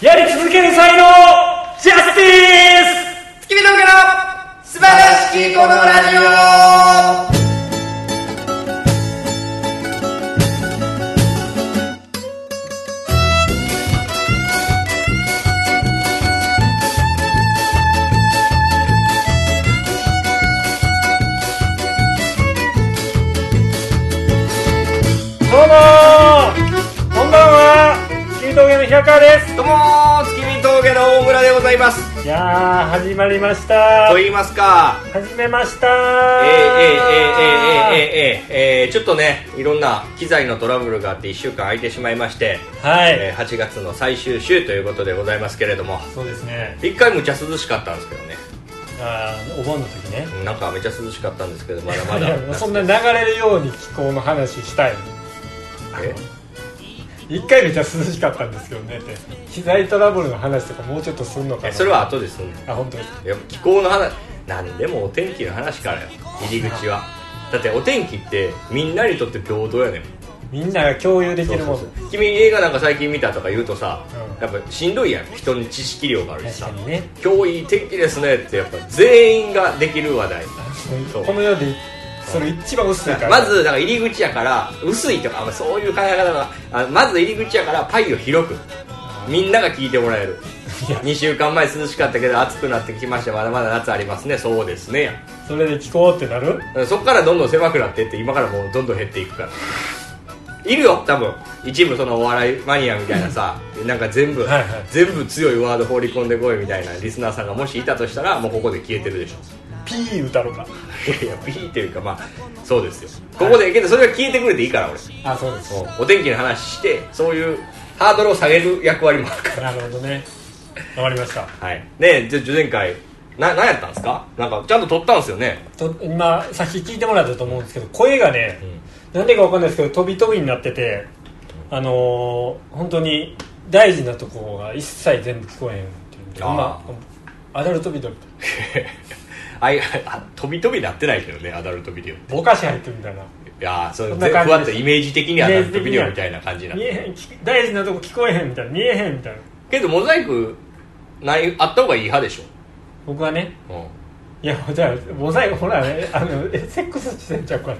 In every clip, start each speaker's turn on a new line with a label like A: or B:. A: やり続ける才能ジャスティース
B: 月見峠の素晴らしきこのラジオ
A: どうもーこんばんは月見峠の平川です
B: どうもー月見峠の大村でございます
A: いやー始まりました
B: と言いますか
A: 始めました
B: えー、えー、えー、えー、
A: えええええ
B: えー、えー、えーちょっとねいろんな機材のトラブルがあって1週間空いてしまいまして、
A: はい、
B: えー、8月の最終週ということでございますけれども
A: そうですね
B: 一回むちゃ涼しかったんですけどね
A: あーお盆の時ね
B: なんかめちゃ涼しかったんですけどまだ ま
A: い
B: だ
A: やそんな流れるように気候の話したい
B: え
A: 一回めっちゃ涼しかったんですけどねって機材トラブルの話とかもうちょっとすんのか
B: え
A: な
B: それは後ですんね
A: あ本当ですか
B: いや気候の話何でもお天気の話からよ入り口はだってお天気ってみんなにとって平等やねん
A: みんなが共有でき
B: そう
A: る
B: そ
A: も
B: うんそう君映画なんか最近見たとか言うとさ、
A: うん
B: やっぱしんどいやん人に知識量がある
A: 確
B: しさ
A: かにね
B: 「今日いい天気ですね」ってやっぱ全員ができる話題そう
A: この世でそれ一番薄いから
B: まずだから入り口やから薄いとかあそういう考え方があまず入り口やからパイを広くみんなが聞いてもらえる
A: いや
B: 2週間前涼しかったけど暑くなってきましたまだまだ夏ありますねそうですねやん
A: それで聞こうってなる
B: そっからどんどん狭くなってって今からもうどんどん減っていくからいるよ多分一部そのお笑いマニアみたいなさなんか全部、
A: はいはい
B: 全部強いワード放り込んでこいみたいなリスナーさんがもしいたとしたらもうここで消えてるでしょ
A: ピー歌ろうか
B: いやいやピーっていうかまあそうですよここでけどそれは消えてくれていいから俺
A: あそうです
B: もうお天気の話してそういうハードルを下げる役割もあるか
A: なるほどねわかりました
B: らはいねえじゃあ前回な何やったんですかなんかちゃんと撮ったんですよね
A: と今さっき聞いてもらったと思うんですけど声がね、なんでかわかんないですけど飛び飛びになっててあのー本当に大事なとこが一切全部聞こえへんっていうんで
B: あー
A: 今アダルトビデオみたい
B: あいあ飛び飛びなってないけどねアダルトビデオ
A: なぼかし入ってるみたいない
B: やーそれ
A: そん
B: ふ
A: な感じです
B: わっとイメージ的にはなんかビデオみたいな感じな
A: 見えへん聞大事なとこ聞こえへんみたいな見えへんみたいな
B: けどモザイクないあった方がいい派でし
A: 僕はね
B: ょ、
A: いやじゃあモザイクほらねあのえセックスしてんちゃう から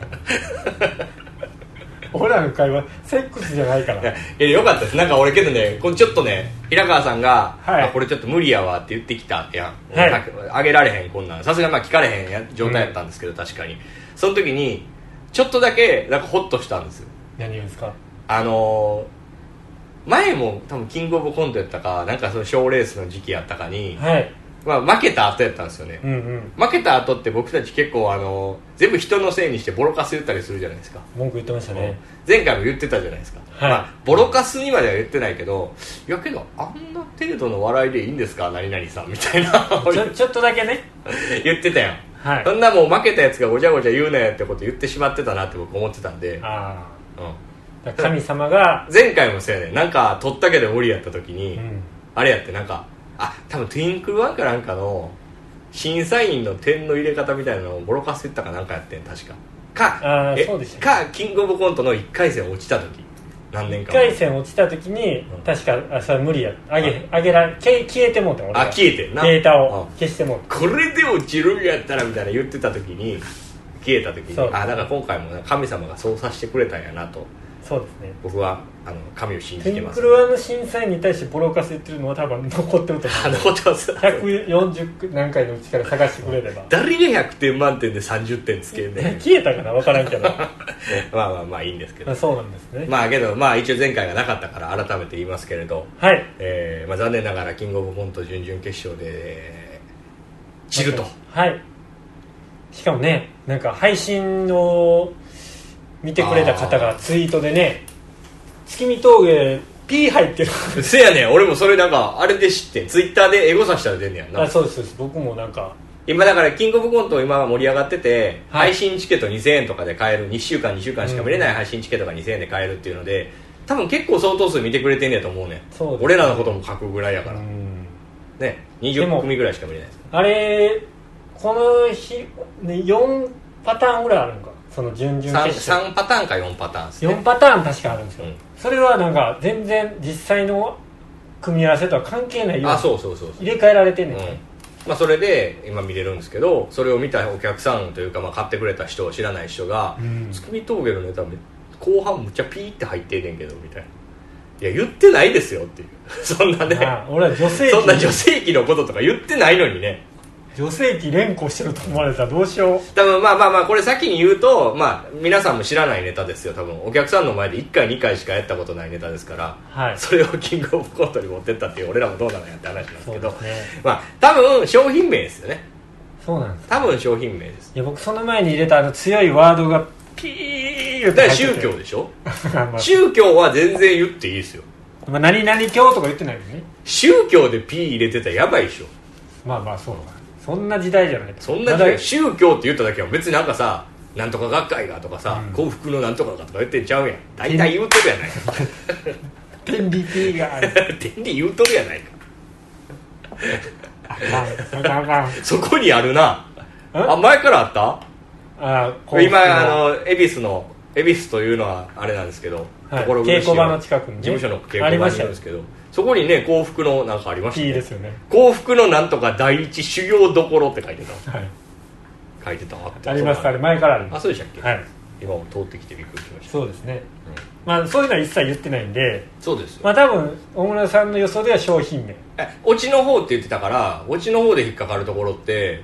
A: 俺らの会話セックスじゃないか
B: うん、い
A: ら
B: やいやよかったですなんか俺けどねこれちょっとね平川さんが、
A: はい
B: あこれちょっと無理やわって言ってきたやん、
A: はい
B: かあげられへんこんなんさすがにまあ聞かれへんや状態やったんですけど、確かにその時にちょっとだけなんかホッとしたんですよ
A: 何言うんですか
B: あのー前も多分キングオブコントやったかなんかその賞レースの時期やったかに、
A: はい
B: まあ、負けた後やったんですよね、
A: うんうん
B: 負けた後って僕たち結構あの全部人のせいにしてボロカス言ったりするじゃないですか、
A: 文句言ってましたね
B: 前回も言ってたじゃないですか、
A: はい
B: まあ、ボロカスにまでは言ってないけどいやけどあんな程度の笑いでいいんですか何々さんみた いな
A: ちょちょっとだけね
B: 言ってたよ、
A: はい
B: そんなもう負けたやつがごちゃごちゃ言うなよってこと言ってしまってたなって僕思ってたんで、
A: あ
B: う
A: あだから神様が
B: ん、前回もそうやねなんか取ったけど無理やった時に、
A: うん
B: あれやってなんかあ多分トゥインクルワンかなんかの審査員の点の入れ方みたいなのをボロカス言ったかなんかやってん確かか
A: あー
B: え
A: そうでした
B: かキングオブコントの1回戦落ちた時何年
A: 1
B: か前
A: 回戦落ちた時に
B: うん
A: 確かあそれ無理やあ
B: う
A: げあげられ消え消えてもうて俺が
B: あ消えてんな
A: データを
B: うん
A: 消してもうて
B: これで落ちるんやったらみたいな言ってた時に消えた時に
A: そう
B: あだから今回もね神様がそうさせてくれたんやなと
A: そうですね
B: 僕はあの神を信
A: ト
B: じ
A: ゥ
B: て
A: イン
B: ま
A: ク
B: す
A: ルワンの審査員に対してボロカス言ってるのは多分残ってると思
B: あ のことはさ
A: う140何回のうちから探してくれれば
B: 誰が100点満点で30点つけんねん
A: 消えたかな分からん けど
B: まあまあまあいいんですけど
A: まあそうなんですね
B: まあけどまあ一応前回がなかったから改めて言いますけれど、
A: はい
B: えーまあ、残念ながらキングオブコント準々決勝でえー散ると
A: はいしかもねなんか配信を見てくれた方がツイートでね「月見峠 P 入ってる
B: せやねん俺もそれなんかあれで知ってんツイッターでエゴサしたら出んねやん」
A: あ
B: な
A: そうですそうです僕もなんか
B: 今だからキングオブコント今盛り上がってて、
A: はい
B: 配信チケット2000円とかで買える2週間2週間しか見れない配信チケットが2000円で買えるっていうので多分結構相当数見てくれてんねやと思うねん
A: そうです
B: 俺らのことも書くぐらいや
A: う
B: から、
A: ん
B: ね
A: で
B: 20
A: も
B: 組ぐらいしか見れないです
A: あれこの日、ね、4パターンぐらいあるのかその準々決
B: 3,
A: 勝
B: 3パターンか4パターンですね
A: 4パターン確かあるんですよ、
B: うん
A: それはなんか全然実際の組み合わせとは関係ないよう
B: あ
A: に
B: そうそうそうそう
A: 入れ替えられてんね
B: う
A: ん、
B: んまあ、それで今見れるんですけどそれを見たお客さんというか、まあ、買ってくれた人知らない人が
A: うん
B: 月見峠のネタめ後半むっちゃピーって入ってんねんけどみたいないや言ってないですよっていう そんなね
A: なあ俺は女性
B: そんな
A: 器
B: 女性器のこととか言ってないのにね
A: 女性器連呼してると思われたらどうしよう
B: 多分まあまあまあこれ先に言うと、まあ、皆さんも知らないネタですよ多分お客さんの前で1回2回しかやったことないネタですから
A: はい
B: それをキングオブコントに持ってったっていう俺らもどうなのやって話なんです
A: そ
B: け
A: うで
B: ど
A: すね
B: まあ多分商品名ですよね
A: そうなんです
B: 多分商品名です
A: いや僕その前に入れたあの強いワードがピー言
B: だ
A: っ
B: か
A: て入
B: ら
A: っ
B: 宗
A: てて
B: 教でしょ
A: まあま
B: 宗教は全然言っていいですよ
A: あ、まあ、何々教とか言ってないよね
B: 宗教で P 入れてたらやばいでしょ
A: まあまあそうかそんな時代じゃない
B: そんな
A: まだ
B: に宗教って言っただけは別になんかさなんとか学会がとかさ、
A: うん
B: 幸福のなんとかがとか言ってんちゃうやん大体言うとるやないか
A: 天理系が ある
B: 天理言うとるやないか
A: あかんあかんあかん
B: そこにあるな
A: うん
B: あ前からあった
A: あ
B: 今あの恵比寿の恵比寿というのはあれなんですけど、
A: はい
B: 所苦しい
A: 稽古場の近くにね
B: 事務所の稽古場
A: あり
B: に
A: ま
B: あ
A: した
B: るん
A: よ
B: ですけどそこにね幸福のなんかありました、
A: P
B: ね、
A: ですよね
B: 幸福のなんとか第一修行どころって書いてた
A: はい
B: 書いてたあって
A: ありますあ
B: そう
A: れ前からありま
B: あ
A: す
B: そうでしたっけ、
A: はい
B: 今も通ってきてびっくりしました
A: そうですね
B: うん
A: まあそういうのは一切言ってないんで
B: そうですよ、
A: まあ多分大村さんの予想では商品名
B: えオチの方って言ってたからオチの方で引っかかるところって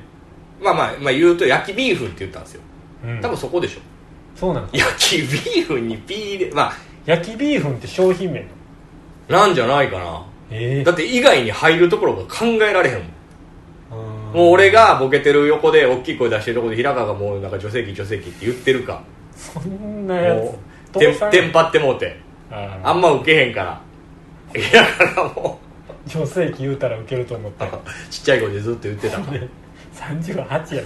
B: まあまあ、まあ、言うと焼きビーフンって言ったんですよ
A: うん
B: 多分そこでしょ、
A: そうなの
B: 焼きビーフンにピー入れまあ
A: 焼きビーフンって商品名なの
B: なんじゃないかな
A: え
B: だって以外に入るところが考えられへんもんも
A: も
B: う俺がボケてる横で大きい声出してるところで平川がもうなんか女性器女性器って言ってるか
A: そんなや
B: も
A: つ
B: うて
A: 父さん
B: テンパってもうて
A: あ
B: あんまウケへんから平川がも
A: ー女性器言うたらウケると思った
B: うちっちゃい声でずっと言ってたい
A: で38や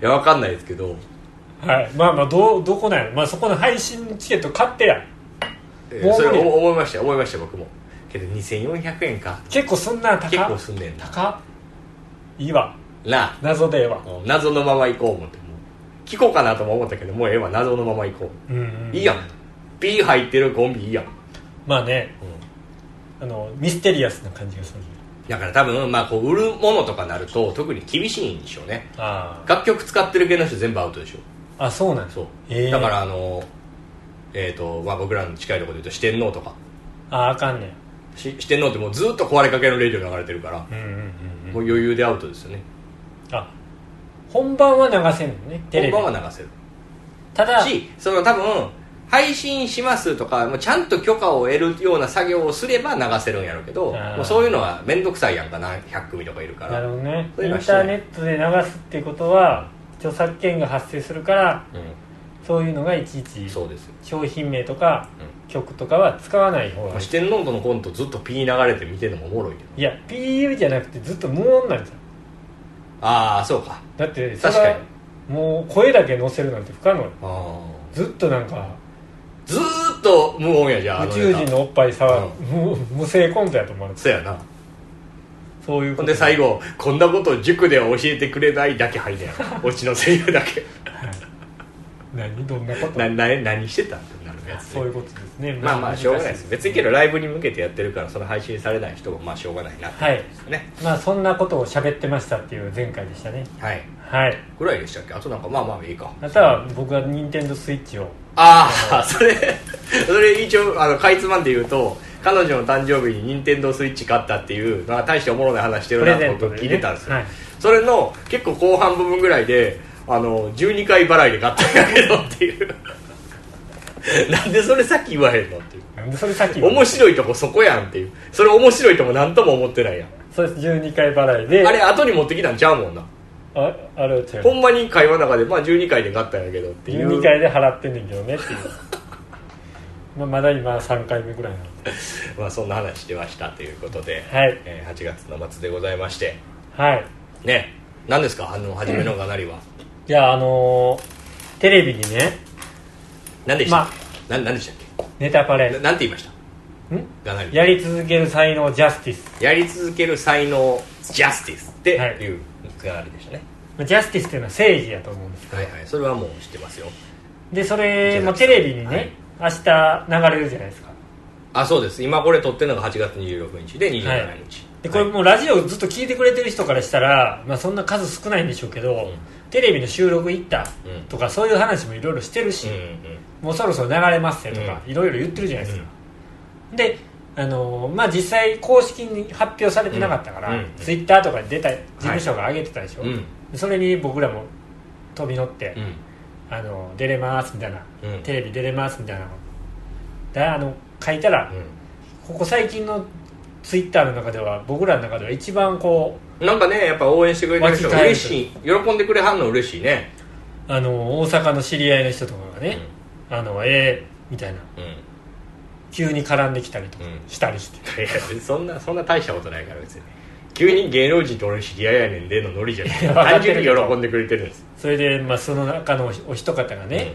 B: やわかんないですけど、
A: はいまあまあどうどこなんやまあそこの配信チケット買ってや
B: え
A: も
B: ー
A: う
B: それ
A: 無理
B: お思いました思いました僕もけど2400円か
A: 結構そんなん
B: 結構
A: 高
B: すんねんな
A: 高いいわ
B: な
A: 謎でええわ
B: あ謎のまま行こう思ってもう聞こうかなとも思ったけどもうええわ謎のまま行こ
A: うん
B: う、
A: うん
B: いいやん P 入ってるコンビいいやん、
A: まあねあのミステリアスな感じがする
B: だから多分、まあ、こう売るものとかなると特に厳しいんでしょうね
A: あ
B: 楽曲使ってる系の人全部アウトでしょ
A: あそうなんです
B: そう、
A: へえ
B: だからあのえっ、と、まあ、僕らの近いところで言うと四天王とか
A: ああかんねん
B: し四天王ってもうずっと壊れかけのレディオ流れてるから、
A: うんうんうん
B: もう余裕でアウトですよね
A: あ本番は流せんのねテレビ
B: 本番は流せる
A: ただ
B: しその多分配信しますとかもうちゃんと許可を得るような作業をすれば流せるんやろうけど
A: あー
B: もうそういうのは面倒くさいやんかな100組とかいるか
A: な
B: ら
A: るほどね
B: そ
A: イ
B: う
A: ン
B: いうのはし
A: タ
B: ない
A: ーネットで流すってことは著作権が発生するから
B: う
A: そういうのがいちいち
B: んそうですよ
A: 商品名とか曲とかは使わない方
B: ま
A: が
B: あ
A: いい
B: 四天王とのコントずっと P 流れて見てるのもおもろいけど
A: いや PU じゃなくてずっと無音なんじゃん
B: ああそうか
A: だって
B: 確かに
A: それはもう声だけ載せるなんて不可能よ
B: あー
A: ずっとなんか
B: ずーっと無音やじゃんあ
A: 宇
B: の
A: 宙
B: ネタ
A: 人のおっぱい触る、無無声コントやと思われて
B: そうやな
A: そういうこ
B: ほん
A: と
B: で最後こんなことを塾では教えてくれないだけ入んねやろオチのセリフだけ
A: 何どんなこと
B: なな何してたんってなるやつね
A: そういうことですね
B: まあまあしょうがないです別にけ
A: ど
B: どライブに向けてやってるからその配信されない人もまあしょうがないなって
A: はい
B: ね
A: まあそんなことを喋ってましたっていう前回でしたね
B: はい
A: はい
B: ぐらいでしたっけあとなんかまあまあいいか
A: または僕は任天堂スイッチを
B: ああそれそれ一応あのかいつまんで言うと彼女の誕生日に任天堂スイッチ買ったっていう、まあ、大しておもろない話して
A: プ
B: る
A: レ
B: な
A: ゼ
B: と
A: ントで、ね、
B: 聞いてたんですよ、
A: はい、
B: それの結構後半部分ぐらいであの12回払いで買ったんやけどっていう なんでそれさっき言わへんのっていう
A: なんでそれさっき
B: 面白いとこそこやんっていうそれ面白いとも何とも思ってないやん
A: それ12回払いで
B: あれ後に持ってきたんちゃうもんな
A: ああれを違
B: ほ
A: うん
B: まに会話の中で、まあ、12回で買ったんやけどっていう
A: 12回で払ってんねんけどねっていう まあまだ今3回目ぐらいなんで
B: まあ、そんな話してましたということで、
A: はい
B: えー8月の末でございまして
A: はい
B: ね何ですかあの初めのがなりは、
A: いやあのーテレビにね
B: 何でしたっ
A: ま
B: け、な何でしたっ
A: ネタパレ
B: けな何て言いました
A: ん
B: がなり
A: やり続ける才能ジャスティス
B: やり続ける才能ジャスティスって
A: はい
B: いうがなりでしたね、
A: ジャスティスっていうのは正義やと思うんですけど
B: はい、はいそれはもう知ってますよ
A: でそれもテレビにね、明日流れるじゃないですか
B: あそうです今これ撮ってるのが8月26日で27日、
A: はいでこれもうラジオずっと聞いてくれてる人からしたら、まあ、そんな数少ないんでしょうけど、テレビの収録行ったとか、そういう話もいろいろしてるし、
B: うんうん
A: もうそろそろ流れますよとか、
B: う
A: いろいろ言ってるじゃないですか、であのーまあ実際公式に発表されてなかったから、
B: うんうん
A: ツイッターとかに出た事務所が上げてたでしょ、
B: うん
A: それに僕らも飛び乗って、
B: うん
A: あのー出れますみたいな、
B: うん
A: テレビ出れますみたいなのだあの書いたら、ここ最近のツイッターの中では僕らの中では一番こう
B: うんなんかねやっぱ応援してくれてる人
A: 湧き返る
B: 嬉しい喜んでくれはんの嬉しいね
A: あのー大阪の知り合いの人とかがね、あのええみたいな
B: うん、うん
A: 急に絡んできたりとか
B: うん
A: したりして、
B: いやそんなそんな大したことないから別に急に芸能人と俺の知り合いやねんでのノリじゃない
A: いや分かっ
B: 単
A: て
B: 純
A: る
B: に
A: けど
B: 喜んでくれてるんです
A: それで、まあ、その中のお一方がね、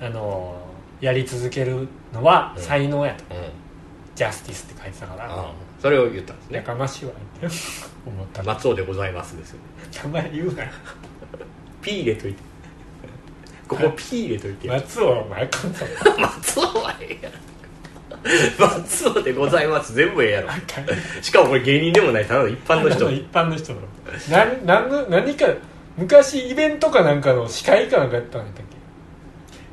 A: あのやり続けるのは
B: うん
A: 才能やと、
B: うん、うん
A: ジャスティスって書いてたから、
B: あそれを言ったんです
A: や
B: ね
A: かましいわって思ったの
B: 松尾でございますですよ
A: 名前言うなよ
B: ピー入れといてここピー入れといて
A: 松尾はお前あかんぞ
B: 松尾はええやろ松尾でございます全部ええやろしかもこれ芸人でもないただの一般の人
A: 一般の人だろなんなんの何か昔イベントかなんかの司会かなんかやったんだっけ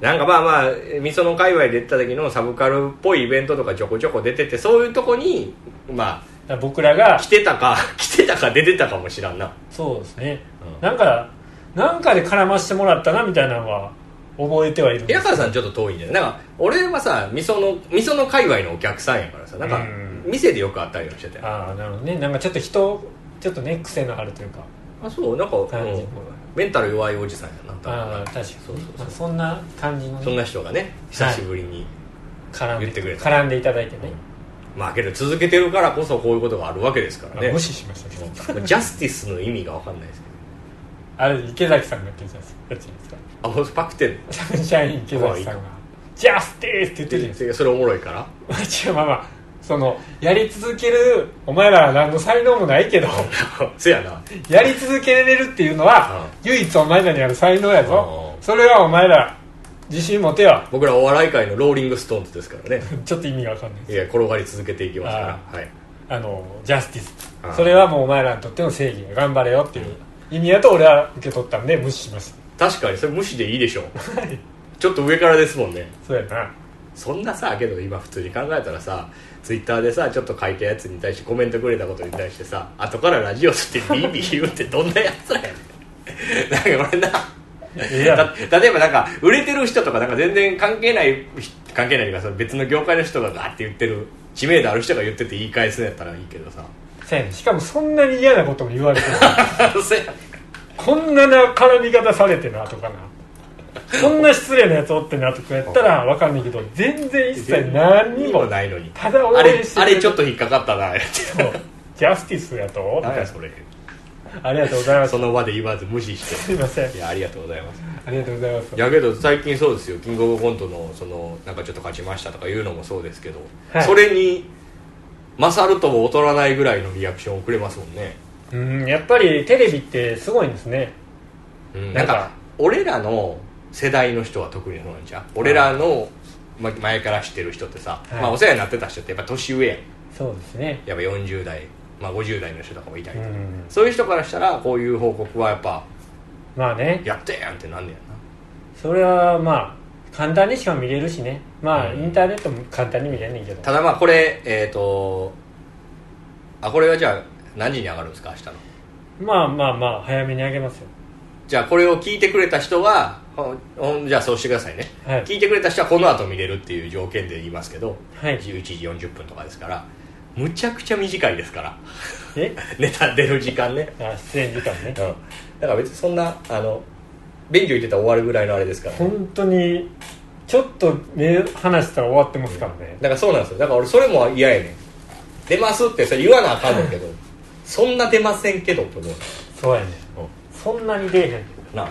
B: なんかまあまあみその界隈で出た時のサブカルっぽいイベントとかちょこちょこ出ててそういうとこにま
A: だから僕ら
B: あ
A: が
B: 来てたか 来てたか出てたかもしらんな
A: そうですね、
B: うん
A: なんかなんかで絡ましてもらったなみたいなのは覚えてはいるんで
B: 平
A: す
B: 川さんちょっと遠いんじゃないなんか俺はさみそのみその界隈のお客さんやからさなんか
A: うん
B: 店でよく会ったりはしてたよ
A: ああなるほどねなんかちょっと人ちょっとね癖のあるというか
B: あそうなんか、
A: 感じ
B: うんメンタル弱いおじさんやな多分
A: ああ確かに
B: そうそうそう
A: まあ、そんな感じのね、
B: そんな人がね久しぶりに、
A: 絡ん
B: 言ってくれ
A: で
B: た
A: 絡んでいただいてね、
B: まあけど続けてるからこそこういうことがあるわけですからね
A: あ無視しましたけど
B: うんジャスティスの意味が分かんないですけ
A: あれ池崎さんが言ってるじゃないですか
B: どあもうパクってんの
A: サンシャイン池崎さんが「ジャスティス!」って言ってるじゃないです
B: それおもろいから
A: か違うまあまあそのやり続けるお前らは何の才能もないけど
B: そやな
A: やり続けれるっていうのは唯一お前らにある才能やぞ
B: うん
A: それはお前ら自信持てよ
B: 僕らお笑い界のローリングストーンズで すからね
A: ちょっと意味が分かんない
B: いや転がり続けていきますからはい
A: あのジャスティス
B: あー
A: それはもうお前らにとっての正義頑張れよっていう意味やと俺は受け取ったんで無視しました
B: 確かにそれ無視でいいでしょう ちょっと上からですもんね
A: そうやな
B: そんなさけど今普通に考えたらさツイッターでさちょっと書いたやつに対してコメントくれたことに対してさ後からラジオつってビービー言うってどんなやつらやねん なんか俺な
A: ええやろ
B: た例えばなんか売れてる人とかなんか全然関係ないひ関係ないというかその別の業界の人がガーって言ってる知名度ある人が言ってて言い返すんやったらいいけどさ
A: せやねんしかもそんなに嫌なことも言われてる
B: そや
A: こんなな絡み方されてなとかなこんな失礼なやつおってなとかやったら分かんないけど全然一切何に
B: に
A: も
B: もないのに
A: ただ応
B: あれ
A: 援して
B: あ
A: く
B: れ
A: る
B: ちょっと引っかかったなって
A: そうジャスティスやと
B: 何やそれ
A: ありがとうございます
B: その場で言わず無視し
A: すいません
B: ていやありがとうございます
A: ありがとうございます
B: いやけど最近そうですよキングオブコントのそのなんかちょっと勝ちましたとかいうのもそうですけど、
A: はい
B: それに勝るとも劣らないぐらいのリアクションをくれますもんね、
A: うんやっぱりテレビってすごいんですね
B: うんな
A: なんん
B: か
A: か
B: 俺らの世代の人は特にそうなんじゃう俺らのま前から知ってる人ってさ、
A: はい
B: まあ、お世話になってた人ってやっぱ年上やん
A: そうですね
B: やっぱ40代、まあ、50代の人とかもいたり
A: う
B: とか、
A: ん
B: そういう人からしたらこういう報告はやっぱ
A: まあね
B: やってやんってなんねやんな
A: それはまあ簡単にしか見れるしねまあ、
B: うん
A: インターネットも簡単に見れんねんけど
B: ただまあこれえっ、とあこれはじゃあ何時に上がるんですか明日の
A: まあまあまあ早めにあげますよ
B: じゃあこれを聞いてくれた人はほんほんじゃあそうしてくださいね、
A: はい
B: 聞いてくれた人はこの後見れるっていう条件で言いますけど、
A: はい
B: 11時40分とかですからむちゃくちゃ短いですから
A: え
B: ネタ出る時間ね、
A: あ出演時間ね
B: うん、だから別にそんなあの便利を言ってたら終わるぐらいのあれですから、
A: 本当にちょっと目離したら終わってますからね、
B: だからそうなんですよだから俺それも嫌やねん出ますってそれ言わなあかんねんけどそんな出ませんけどって思う
A: そうやね
B: うん
A: そんなに出えへん
B: なあ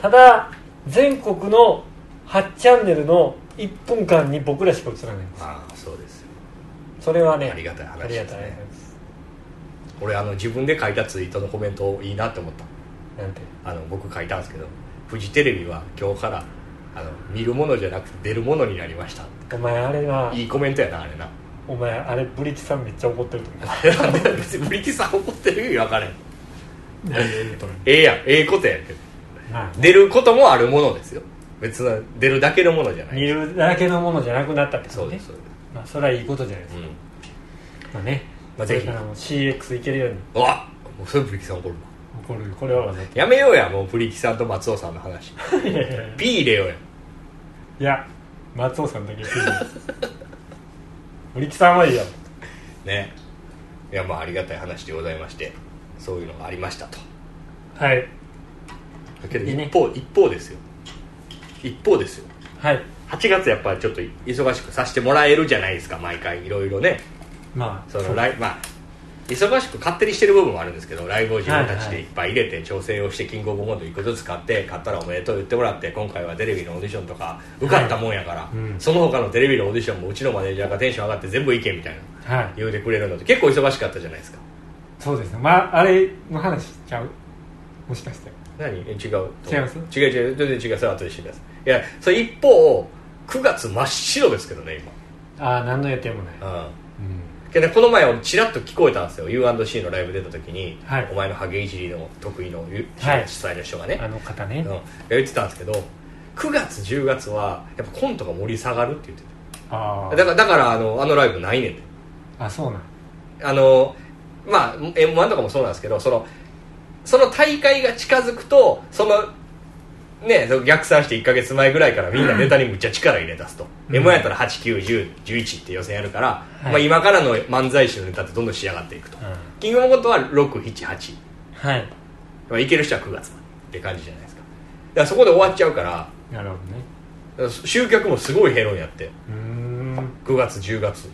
A: ただ全国の8チャンネルの1分間に僕らしか映らないんです
B: ああそうですよ
A: それはね
B: ありがたい
A: あ
B: 話
A: り
B: で
A: が
B: す
A: たい
B: ね
A: 話
B: 俺あの自分で書いたツイートのコメントいいなって思った
A: なんて
B: あの僕書いたんですけどフジテレビは今日からあの見るものじゃなくて出るものになりました
A: お前あれない
B: いコメントやなあれな
A: お前あれブリキさんめっちゃ怒ってると 思う
B: なんで別にブリキさん怒ってる意味分からへん
A: 何言うとる
B: ええやんええことやけど
A: なあ
B: 出ることもあるものですよ別な出るだけのものじゃない
A: 見るだけのものじゃなくなったって
B: そう
A: ね
B: ですそうで
A: まあそれはいいことじゃないです
B: す、
A: か、ま
B: うん
A: あね、
B: ま
A: こ
B: あぜ
A: れ
B: ひ
A: からも CX いけるように
B: うわもうそれブリキさん怒るわ
A: 怒るこれはわざ
B: やめようやもうブリキさんと松尾さんの話
A: と いやいやいや
B: P 入れようや
A: いや松尾さんだけ聞いてるブリキさんはいいよ
B: ねいやまあありがたい話でございましてそういうのがありましたと
A: はい
B: だけど
A: いいね
B: 一方一方ですよ一方ですよ
A: はい
B: 8月やっぱちょっと忙しくさせてもらえるじゃないですか毎回いろいろね
A: まあ
B: そ
A: そ
B: の
A: う
B: ライブまあ忙しく勝手にしてる部分もあるんですけどライブを自分た
A: はい
B: ち
A: は
B: で
A: い
B: いっぱい入れて調整をしてキングオブコント1個ずつ買って買ったらおめでとう言ってもらって今回はテレビのオーディションとか受かったもんやから、
A: うん
B: その他のテレビのオーディションもうちのマネージャーがテンション上がって全部意見みたいな
A: はい
B: 言うてくれるので結構忙しかったじゃないですか
A: そうですねまああれの話しちゃうもしかして
B: 何え違うと
A: 違います
B: 違う違う全然違うそれは後でしてくださいいやそれ一方9月真っ白ですけどね
A: ああ何の予定もない、
B: 今うん
A: うん
B: けどねこの前俺チラッと聞こえたんですよ U&C のライブ出た時に、
A: はい
B: お前のハゲいじりの得意のゆ
A: はい
B: 主催の人がね、
A: あの方ね、
B: うん、が言ってたんですけど9月10月はやっぱコントが盛り下がるって言って
A: あ
B: ただからだからあのあのライブないねんて
A: ああそうなん
B: あのまあ m 1とかもそうなんですけどそのその大会が近づくとそのねその逆算して1か月前ぐらいからみんなネタにむっちゃ力入れ出すと、
A: うん
B: m 1やったら891011って予選やるから、
A: はい
B: まあ、今からの漫才師のネタってどんどん仕上がっていくと、
A: うん
B: キングオブコントは678、
A: はい
B: まあ、いける人は9月までって感じじゃないですかだからそこで終わっちゃうから
A: なるほどね
B: 集客もすごい減るんやって
A: うーん
B: 9月10月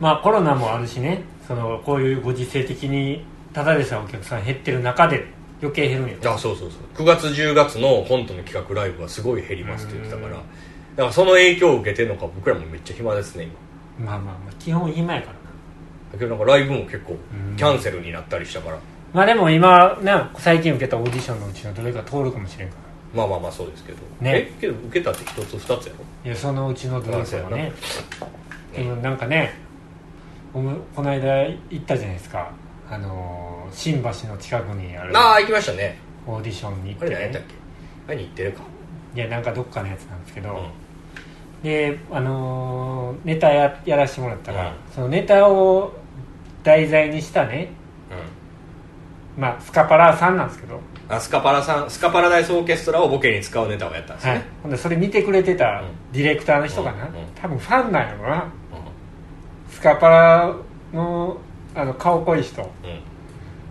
A: まあコロナもあるしねそのこういうご時世的にただでさえお客さん減ってる中で余計減るんや
B: あそうそうそう9月10月のコントの企画ライブはすごい減りますって言ってたから
A: う
B: だ
A: ん
B: からその影響を受けてるのか僕らもめっちゃ暇ですね今
A: まあまあまあ基本暇やからな
B: だけどなんかライブも結構
A: うん
B: キャンセルになったりしたから
A: まあでも今な最近受けたオーディションのうちのどれか通るかもしれんか
B: まあまあまあそうですけど
A: ね
B: えけど受けたって一つ二つやろ
A: らいやそのうちのどれか
B: あ
A: は
B: そうや
A: ねでもなんかねおむこの間行ったじゃないですかあのー新橋の近くにある
B: ああ行きましたね
A: オーディションに行
B: あ
A: って
B: れ
A: ね、
B: 何やったっけ何言ってるか
A: いやなんかどっかのやつなんですけど、
B: うん
A: であのーネタややらせてもらったら、
B: うん
A: そのネタを題材にしたね
B: うん
A: まあスカパラさんなんですけど、
B: あスカパラさんスカパラダイスオーケストラをボケに使うネタをやったんです
A: はい
B: ね、
A: ほんでそれ見てくれてた
B: うん
A: ディレクターの人かな、
B: うんうん
A: 多分ファンなんやろなスカパラのあの顔濃い人
B: うんうん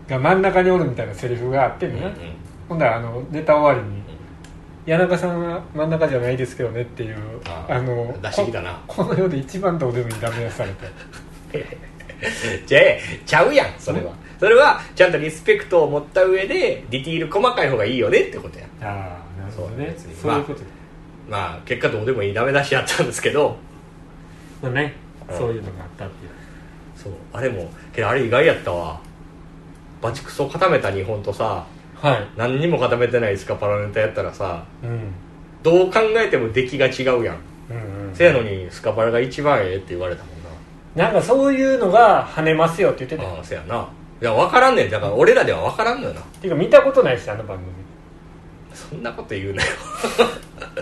A: が真ん中におるみたいなセリフがあってね、
B: うん
A: ほんだらあのネタ終わりに「谷中さんは真ん中じゃないですけどね」っていう
B: あ
A: あ
B: ー
A: の
B: 出してきたな
A: ここの 世で一番どうでもいいダメ出しさ れて
B: じゃあちゃうやんそれはそれはちゃんとリスペクトを持った上でディティール細かい方がいいよねってことや
A: ああなるほど
B: そう
A: ね
B: 別に
A: そういうことで、
B: まあ結果どうでもいいダメ出しやったんですけど
A: まあね
B: うん
A: そういうのがあったっていう
B: そうあれもけどあれ意外やったわバチクソ固めた日本とさ
A: はい
B: 何にも固めてないスカパラネタやったらさ
A: うん
B: どう考えても出来が違うやん
A: うんうん
B: せやのにスカパラが一番ええって言われたもんな
A: なんかそういうのが跳ねますよって言ってたよ
B: ああせやないや分からんねんだから俺らでは分からんのよな
A: っていうか見たことないしあの番組
B: そんなこと言うなよ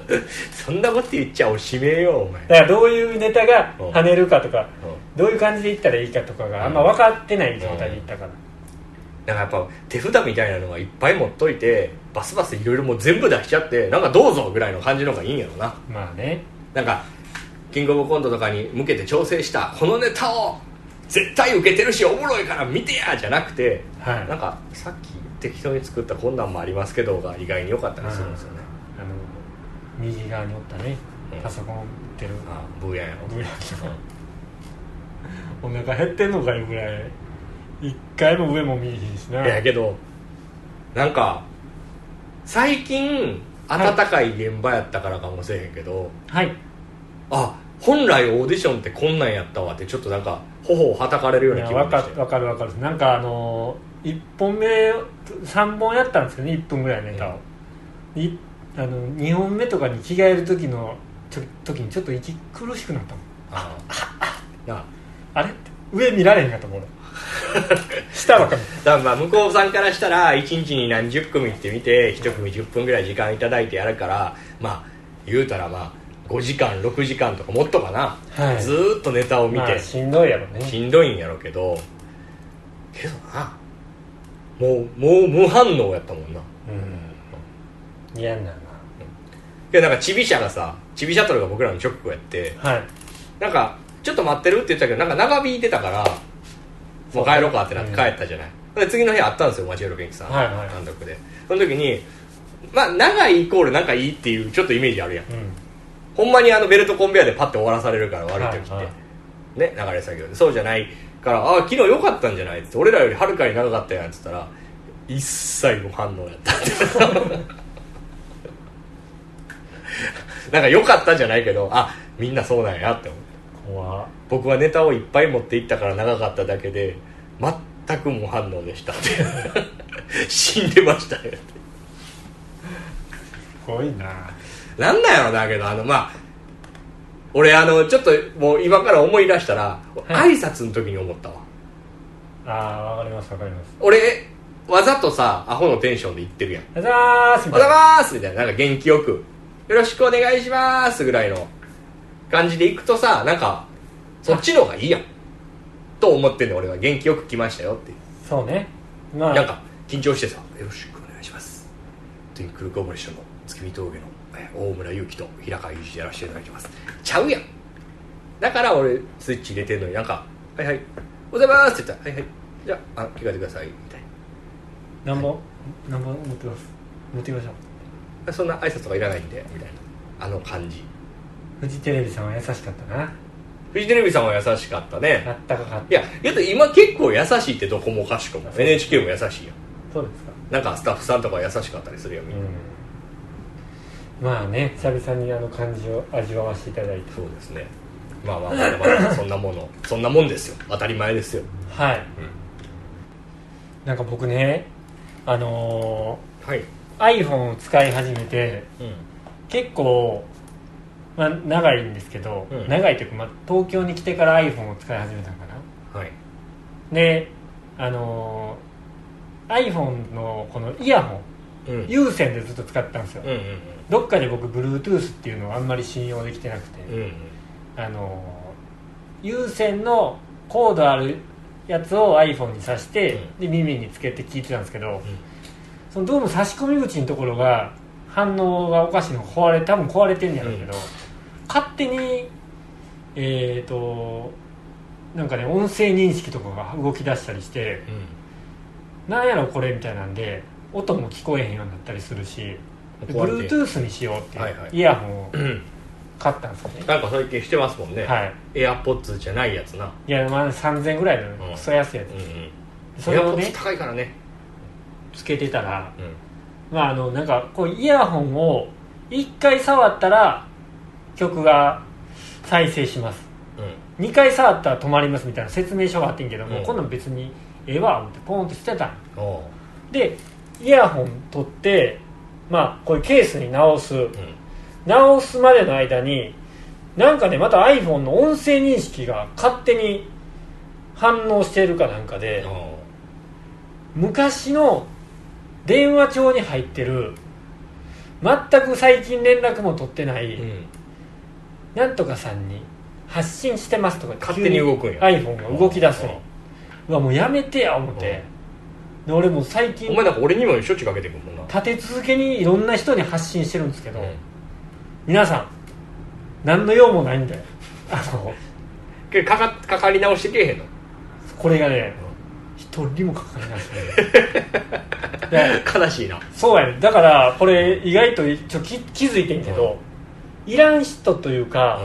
B: そんなこと言っちゃおしめよお前
A: だからどういうネタが跳ねるかとか
B: うん
A: どういう感じでいったらいいかとかがあんま分かってない状態でいったから
B: なんかやっぱ手札みたいなのがいっぱい持っといてバスバスいろいろもう全部出しちゃってなんかどうぞぐらいの感じの方がいいんやろな
A: まあね
B: なんかキングオブコントとかに向けて調整したこのネタを絶対受けてるしおもろいから見てやじゃなくて
A: はい
B: なんかさっき適当に作ったこんなんもありますけどが意外に良かったりするんですよね
A: あの右側におったね
B: うん
A: パソコン売ってる
B: ああブーヤンやろ
A: ブーヤンお腹減ってんのかいうぐらい一回も上も見えへんしない
B: やけどなんか最近暖かい現場やったからかもしれへんけど、
A: はい
B: あ本来オーディションってこんなんやったわってちょっとなんか頬をはたかれるよう
A: い
B: な
A: や
B: 気分
A: わ
B: で
A: か
B: したよ
A: わかるわかるなんかあの1本目3本やったんですよね1分ぐらいネタを、いあの2本目とかに着替える時のちょ時にちょっと息苦しくなったもん
B: ああ なあ
A: あれって上見られへんかった もん俺下ばっかり
B: だからまあ向こうさんからしたら1日に何十組って見て1組10分ぐらい時間いただいてやるからまあ言うたらまあ5時間6時間とかもっとかな、
A: はい
B: ずーっとネタを見
A: まあ
B: て
A: しんどいやろね
B: しんどいんやろうけどけどなもうもう無反応やったもんな
A: うん嫌になる
B: けどなんかチビ社がさチビシャトルが僕らのチョックをやって
A: なはい
B: なんかちょっと待ってるって言ったけどなんか長引いてたからもう帰ろうかってなって
A: うん
B: 帰ったじゃない、で次の日あったんですよ街ロケンキさん、
A: はいはい
B: 単独でその時にまあ長いイコールなんかいいっていうちょっとイメージあるやん
A: う
B: ほんまにあのベルトコンベヤーでパッて終わらされるから悪い時って、
A: はいは
B: ね流れ作業でそうじゃないからああ昨日良かったんじゃないっつって俺らよりはるかに長かったやんっつったら一切無反応やったって なんか良かったんじゃないけどあみんなそうなんやって思って
A: ん怖っ
B: 僕はネタをいっぱい持っていったから長かっただけで全く無反応でしたって 死んでましたよって
A: すごいな
B: なんなんやろだけどあのまあ俺あのちょっともう今から思い出したら、
A: はい
B: 挨拶の時に思ったわ
A: あーわかりますわかります
B: 俺わざとさアホのテンションで言ってるやん
A: あざーす
B: 「お
A: み
B: は
A: たいう
B: よござい
A: な
B: ます」みたいななんか元気よく「よろしくお願いします」ぐらいの感じでいくとさなんかそっちの方がいいやんと思ってんの俺は元気よく来ましたよっていう
A: そうねまあ
B: なんか緊張してさ「よろしくお願いします」トゥインクルコーポレーションの月見峠のえー大村優樹と平川祐二でやらせていただきますちゃうやんだから俺スイッチ入れてんのになんか「はいはいおはようございます」って言ったら「はいはいじゃああ着替えてください」みたい
A: なんぼなんぼ持ってます持ってきましょう
B: なそんな挨拶とかいらないんでみたいなあの感じ
A: フジテレビさんは優しかったな
B: フジテレビさんは優しかったね
A: あったかかった
B: いやけど今結構優しいってどこもかしこも NHK も優しいやん
A: そうですか
B: なんかスタッフさんとか優しかったりするやんみんな
A: うんまあね久々にあの感じを味わわせていただいて
B: そうですねまあまあまだまだそんなものそんなもんですよ当たり前ですよ
A: はい、なんか僕ねあの
B: はい、
A: ー iPhone を使い始めて結構、まあ、長いんですけど、
B: うん
A: 長いというか、まあ、東京に来てから iPhone を使い始めたのかな
B: はい
A: であのー iPhone のこのイヤホン
B: うんうん
A: 有線でずっと使ってたんですよ、
B: うん
A: どっかで僕 Bluetooth っていうのをあんまり信用できてなくて、
B: うんうん
A: あのー有線のコードあるやつを iPhone に挿して、
B: うん
A: で耳につけて聞いてたんですけど、そのどうも差し込み口のところが反応がおかしいのが壊れ多分壊れてんやろうけど、勝手にえっ、となんかね音声認識とかが動き出したりしてなんやろこれみたいなんで音も聞こえへんようになったりするしで
B: 壊れてる
A: Bluetooth にしようっていう
B: はいはい
A: イヤホンを
B: うんうん
A: 買ったんですよね、
B: なんか最近してますもんね、
A: はい
B: エアポッツじゃないやつな、
A: いやまあ3000ぐらいの
B: うん
A: クソ安いやつ、
B: うんうん、
A: そ
B: エ
A: れ
B: アポ
A: を
B: ッツ
A: ね
B: 高いからね、
A: つけてたら
B: うん、
A: まああのなんかこうイヤホンを1回触ったら曲が再生します2回触ったら止まりますみたいな説明書があってんけども、
B: うん
A: こんなん別にええわ思ってポンって捨てたん
B: うんおう
A: でイヤホン取ってまあこれケースに直す
B: うん
A: 直すまでの間になんかねまた iPhone の音声認識が勝手に反応してるかなんかで、
B: おう
A: 昔の電話帳に入ってる全く最近連絡も取ってない、
B: うん
A: なんとかさんに発信してますとか
B: 勝手に動くんや
A: iPhone が動き出すのうわもうやめてや思ってで俺もう最
B: お
A: 近
B: 前なんか俺にもしょっちゅうかけてくるもんな、
A: 立て続けにいろんな人に発信してるんですけど、
B: うん
A: 皆さん何の用もないんだよあの
B: けどかかかかり直してけえへんの
A: これがね一人もかかりませんで
B: 悲しいな
A: そうやねだからこれ意外とちょき気づいてんけど、いらん人というか、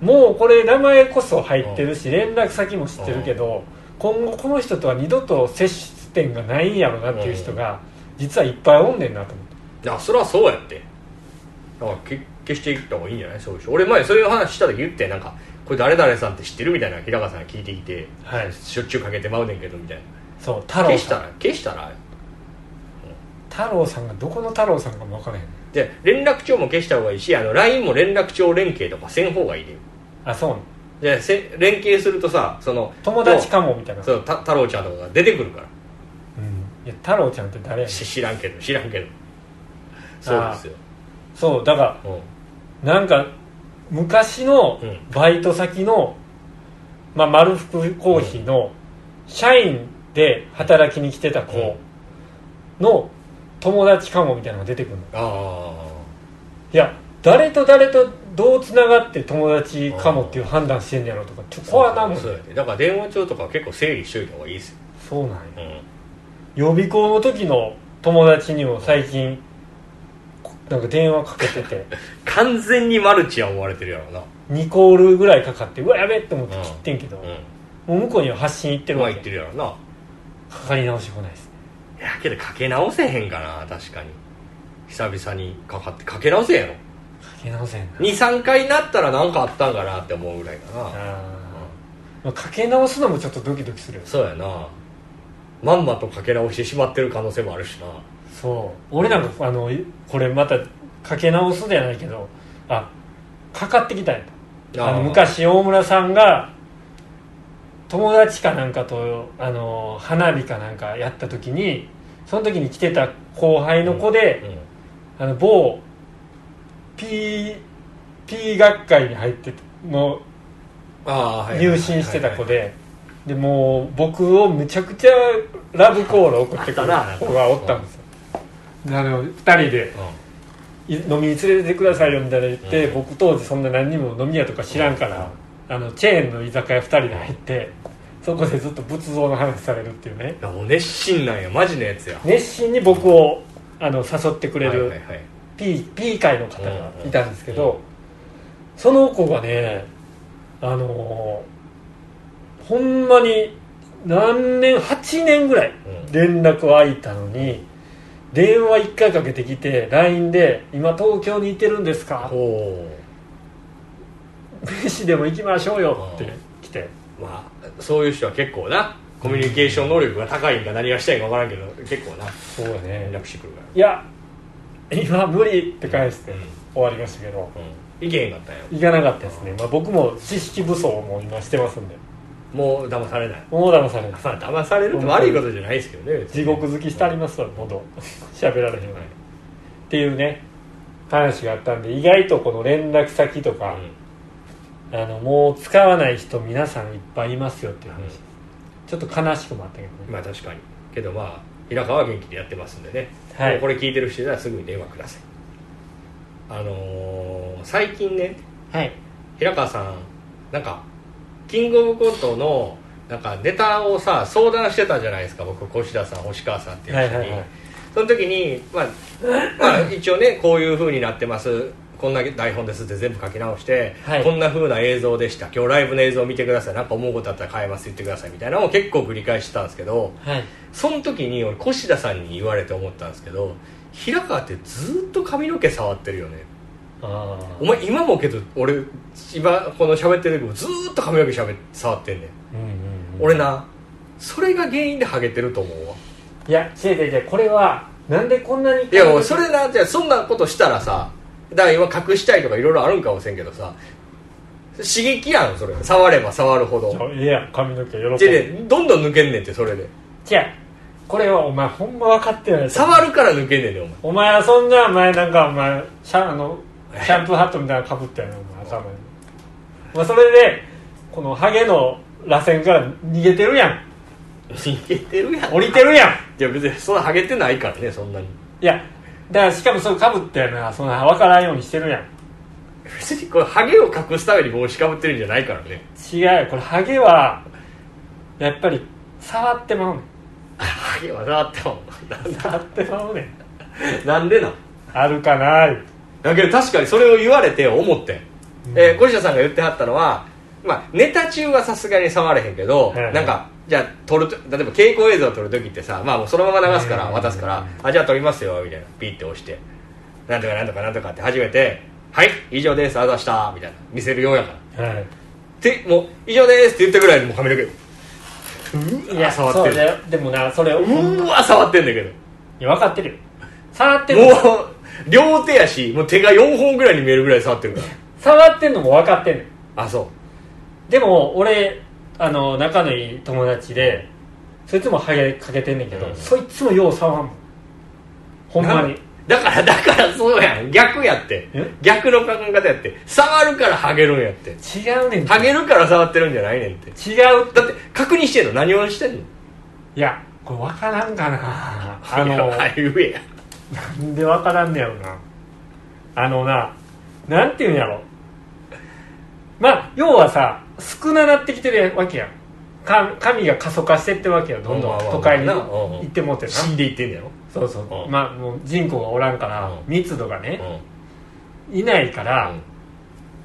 A: もうこれ名前こそ入ってるし、連絡先も知ってるけど、今後この人とは二度と接点がないんやろなっていう人が、実はいっぱいおんねんなと思って
B: いやそれはそうやってだからけ消していった方がいいんじゃないそういう人俺前そういう話した時言ってなんかこれ誰々さんって知ってるみたいな平川さんが聞いてきて
A: はい
B: しょっちゅうかけてまうねんけどみたい
A: そう太
B: な
A: 郎
B: 消し
A: さ
B: た
A: ん
B: ら消したら
A: 太太郎さんがどこの太郎さんかも分からへん
B: で連絡帳も消した方がいいしあの LINE も連絡帳連携とかせん方がいいね
A: あそう
B: でせ連携するとさその
A: 友達かもみたいな、う
B: そうた太郎ちゃんとかが出てくるから
A: ん、いや太郎ちゃんって誰やねん
B: し知らんけど知らんけどそうですよ
A: そうだか
B: うん
A: らなんか昔の
B: うん
A: バイト先の、まあ、丸福コーヒーの社員で働きに来てた子の友達かもみたいなのが出てくるの
B: あ
A: いや誰と誰とどうつながって友達かもっていう判断してんねやろとかちょ
B: あ
A: 怖なもん
B: そ
A: そ
B: うやねだから電話帳とか結構整理しといた方がいいですよ、
A: うなんや
B: うん、
A: 予備校の時の友達にも最近こなんか電話かけて て
B: 完全にマルチは思われてるやろうな
A: 2コールぐらいかかってうわやべえって思って切ってんけど、
B: う
A: もう向こうには発信行って
B: ん
A: る
B: まあ
A: わ
B: 言っ
A: け
B: てるやろうな
A: かかり直してこないですね
B: いやけどかけ直せへんかな確かに久々にかかってかけ直せんやろ
A: かけ直せんな
B: 23回なったら何かあったんかなって思うぐらいかな、うん
A: あーまあかけ直すのもちょっとドキドキするよ
B: そうやなまんまとかけ直してしまってる可能性もあるしな
A: そう俺なんかあのいこれまたかけ直すじゃないけどあかかってきたんやあの
B: ー
A: 昔大村さんが友達かなんかとあの花火かなんかやった時にその時に来てた後輩の子で、
B: うん
A: あの某 P, P 学会に入っての
B: あーはい
A: 入信してた子ででもう僕をむちゃくちゃラブコール送ってくる
B: あったな
A: 子がおったんですよであの2人で
B: うん
A: い飲みに連れてくださいよみたいな言って、
B: うん
A: 僕当時そんな何にも飲み屋とか知らんから、あのチェーンの居酒屋2人で入ってそこでずっと仏像の話されるっていうね
B: いやもう熱心なんやマジのやつや
A: 熱心に僕をあの誘ってくれ
B: はいはい
A: る
B: はい、
A: P, P 会の方がいたんですけど、その子がねあのーほんまに何年8年ぐらい
B: うん
A: 連絡は空いたのに電話1回かけてきて LINE で「今東京にいてるんですか?」
B: お
A: 飯でも行きましょうよって
B: うん
A: 来て
B: おまあそういう人は結構なコミュニケーション能力が高いんか何がしたいんか分からんけど結構な
A: そうや
B: 連
A: ね
B: 絡してくるから
A: いや今無理って返して
B: うん
A: 終わりましたけど
B: うんいけへんかったんや
A: 行かなかったですね、まあ、僕も知識武装も今してますんで
B: もう騙されない
A: もう騙されない
B: まあ騙されるって悪いことじゃないですけどね別
A: 地
B: に
A: 獄好きしてありますわどんどん喋られへんようにっていうね話があったんで意外とこの連絡先と
B: う
A: か、
B: ん
A: あのもう使わない人皆さんいっぱいいますよっていう話、
B: うん
A: ちょっと悲しくもあったけどね、
B: まあ確かにけどまあ平川は元気でやってますんでね、
A: はい
B: もうこれ聞いてる人ならすぐに電話くださいあのー最近ね
A: はい
B: 平川さんなんかキングオブコントのなんかネタをさ相談してたじゃないですか僕越田さん星川さんっていう
A: は
B: 人
A: い
B: に、
A: はいはい
B: その時に、まあ、まあ一応ねこういう風になってますこんな台本ですって全部書き直して、
A: はい
B: こんな風な映像でした今日ライブの映像を見てくださいなんか思うことあったら変えます言ってくださいみたいなのを結構繰り返してたんですけど
A: はい
B: その時に俺越田さんに言われて思ったんですけど平川ってずっと髪の毛触ってるよね
A: ああ
B: お前今もけど俺今この喋ってる時もずーっと髪の毛しゃべ触ってんねん、
A: うんうんうん
B: 俺なそれが原因でハゲてると思うわ
A: いや違う違う違うこれはなんでこんなに
B: いやもうそれなじゃあそんなことしたらさだから今隠したいとかいろいろあるんかもしれんけどさ刺激やんそれ触れば触るほど
A: いや髪の毛喜ぶ
B: じゃ
A: 違う
B: どんどん抜けんねんってそれで
A: これはお前ほんま分かってない
B: 触るから抜けんねんでお前
A: お前はそんなお前なんかお前シャあのシャンプーハットみたいなのかぶったよなお前頭に、まあ、それでこのハゲの螺旋から逃げてるやん
B: 逃げてるやん
A: 降りてるやん
B: いや別にそんなハゲてないからねそんなに
A: いやだからしかもそれかぶったよなその分からんようにしてるやん
B: 別にこれハゲを隠すために帽子かぶってるんじゃないからね
A: 違うよこれハゲはやっぱり触ってまうねん
B: ハゲはなって思うなん
A: 触ってまうねん
B: なんでなん
A: あるかなー
B: だけど確かにそれを言われて思ってん、えー、小下さんが言ってはったのは、まあ、ネタ中はさすがに触れへんけど、
A: はいはい
B: なんかじゃあ撮ると例えば稽古映像撮る時ってさ、まあ、もうそのまま流すから、
A: はいはいはい
B: 渡すから「あじゃあ撮りますよ」みたいなピッて押して「なんとかなんとかなんとか」って初めて「はい以上ですあざした」みたいな見せるようやから「
A: はい
B: てもう以上です」って言ったぐらいでもう髪の毛うわ触って
A: そう
B: る
A: だよでもなそれを、
B: う
A: い
B: ーわ触ってんだけど
A: や分かってるよ触ってるの
B: もう両手やしもう手が4本ぐらいに見えるぐらい触ってるか
A: 触ってんのも分かってんねん
B: らあそ
A: でも俺あの仲のいい友達でそいつもハゲかけてんねんけど、
B: うん
A: そいつもよう触んもんほ
B: うん
A: まに
B: だからだからそうやん逆やって
A: え
B: 逆の考え方やって触るからハゲるんやって
A: 違うねんて
B: ハゲるから触ってるんじゃないねんって
A: 違う
B: だって確認してんの何をしてんの
A: いやこれ分からんかなあの
B: いやハイウェイや
A: なんで分からんねやろなあのななんていうんやろまあ要はさ少ななってきてるわけやんか髪が過疎化してってわけよどんどん
B: うんうんうん
A: 都会に
B: うんうん
A: 行ってもうてな
B: 死んでいってんだよ
A: そうそう、
B: うん
A: まあもう人口がおらんから
B: うん
A: 密度がね、
B: うん
A: いないから、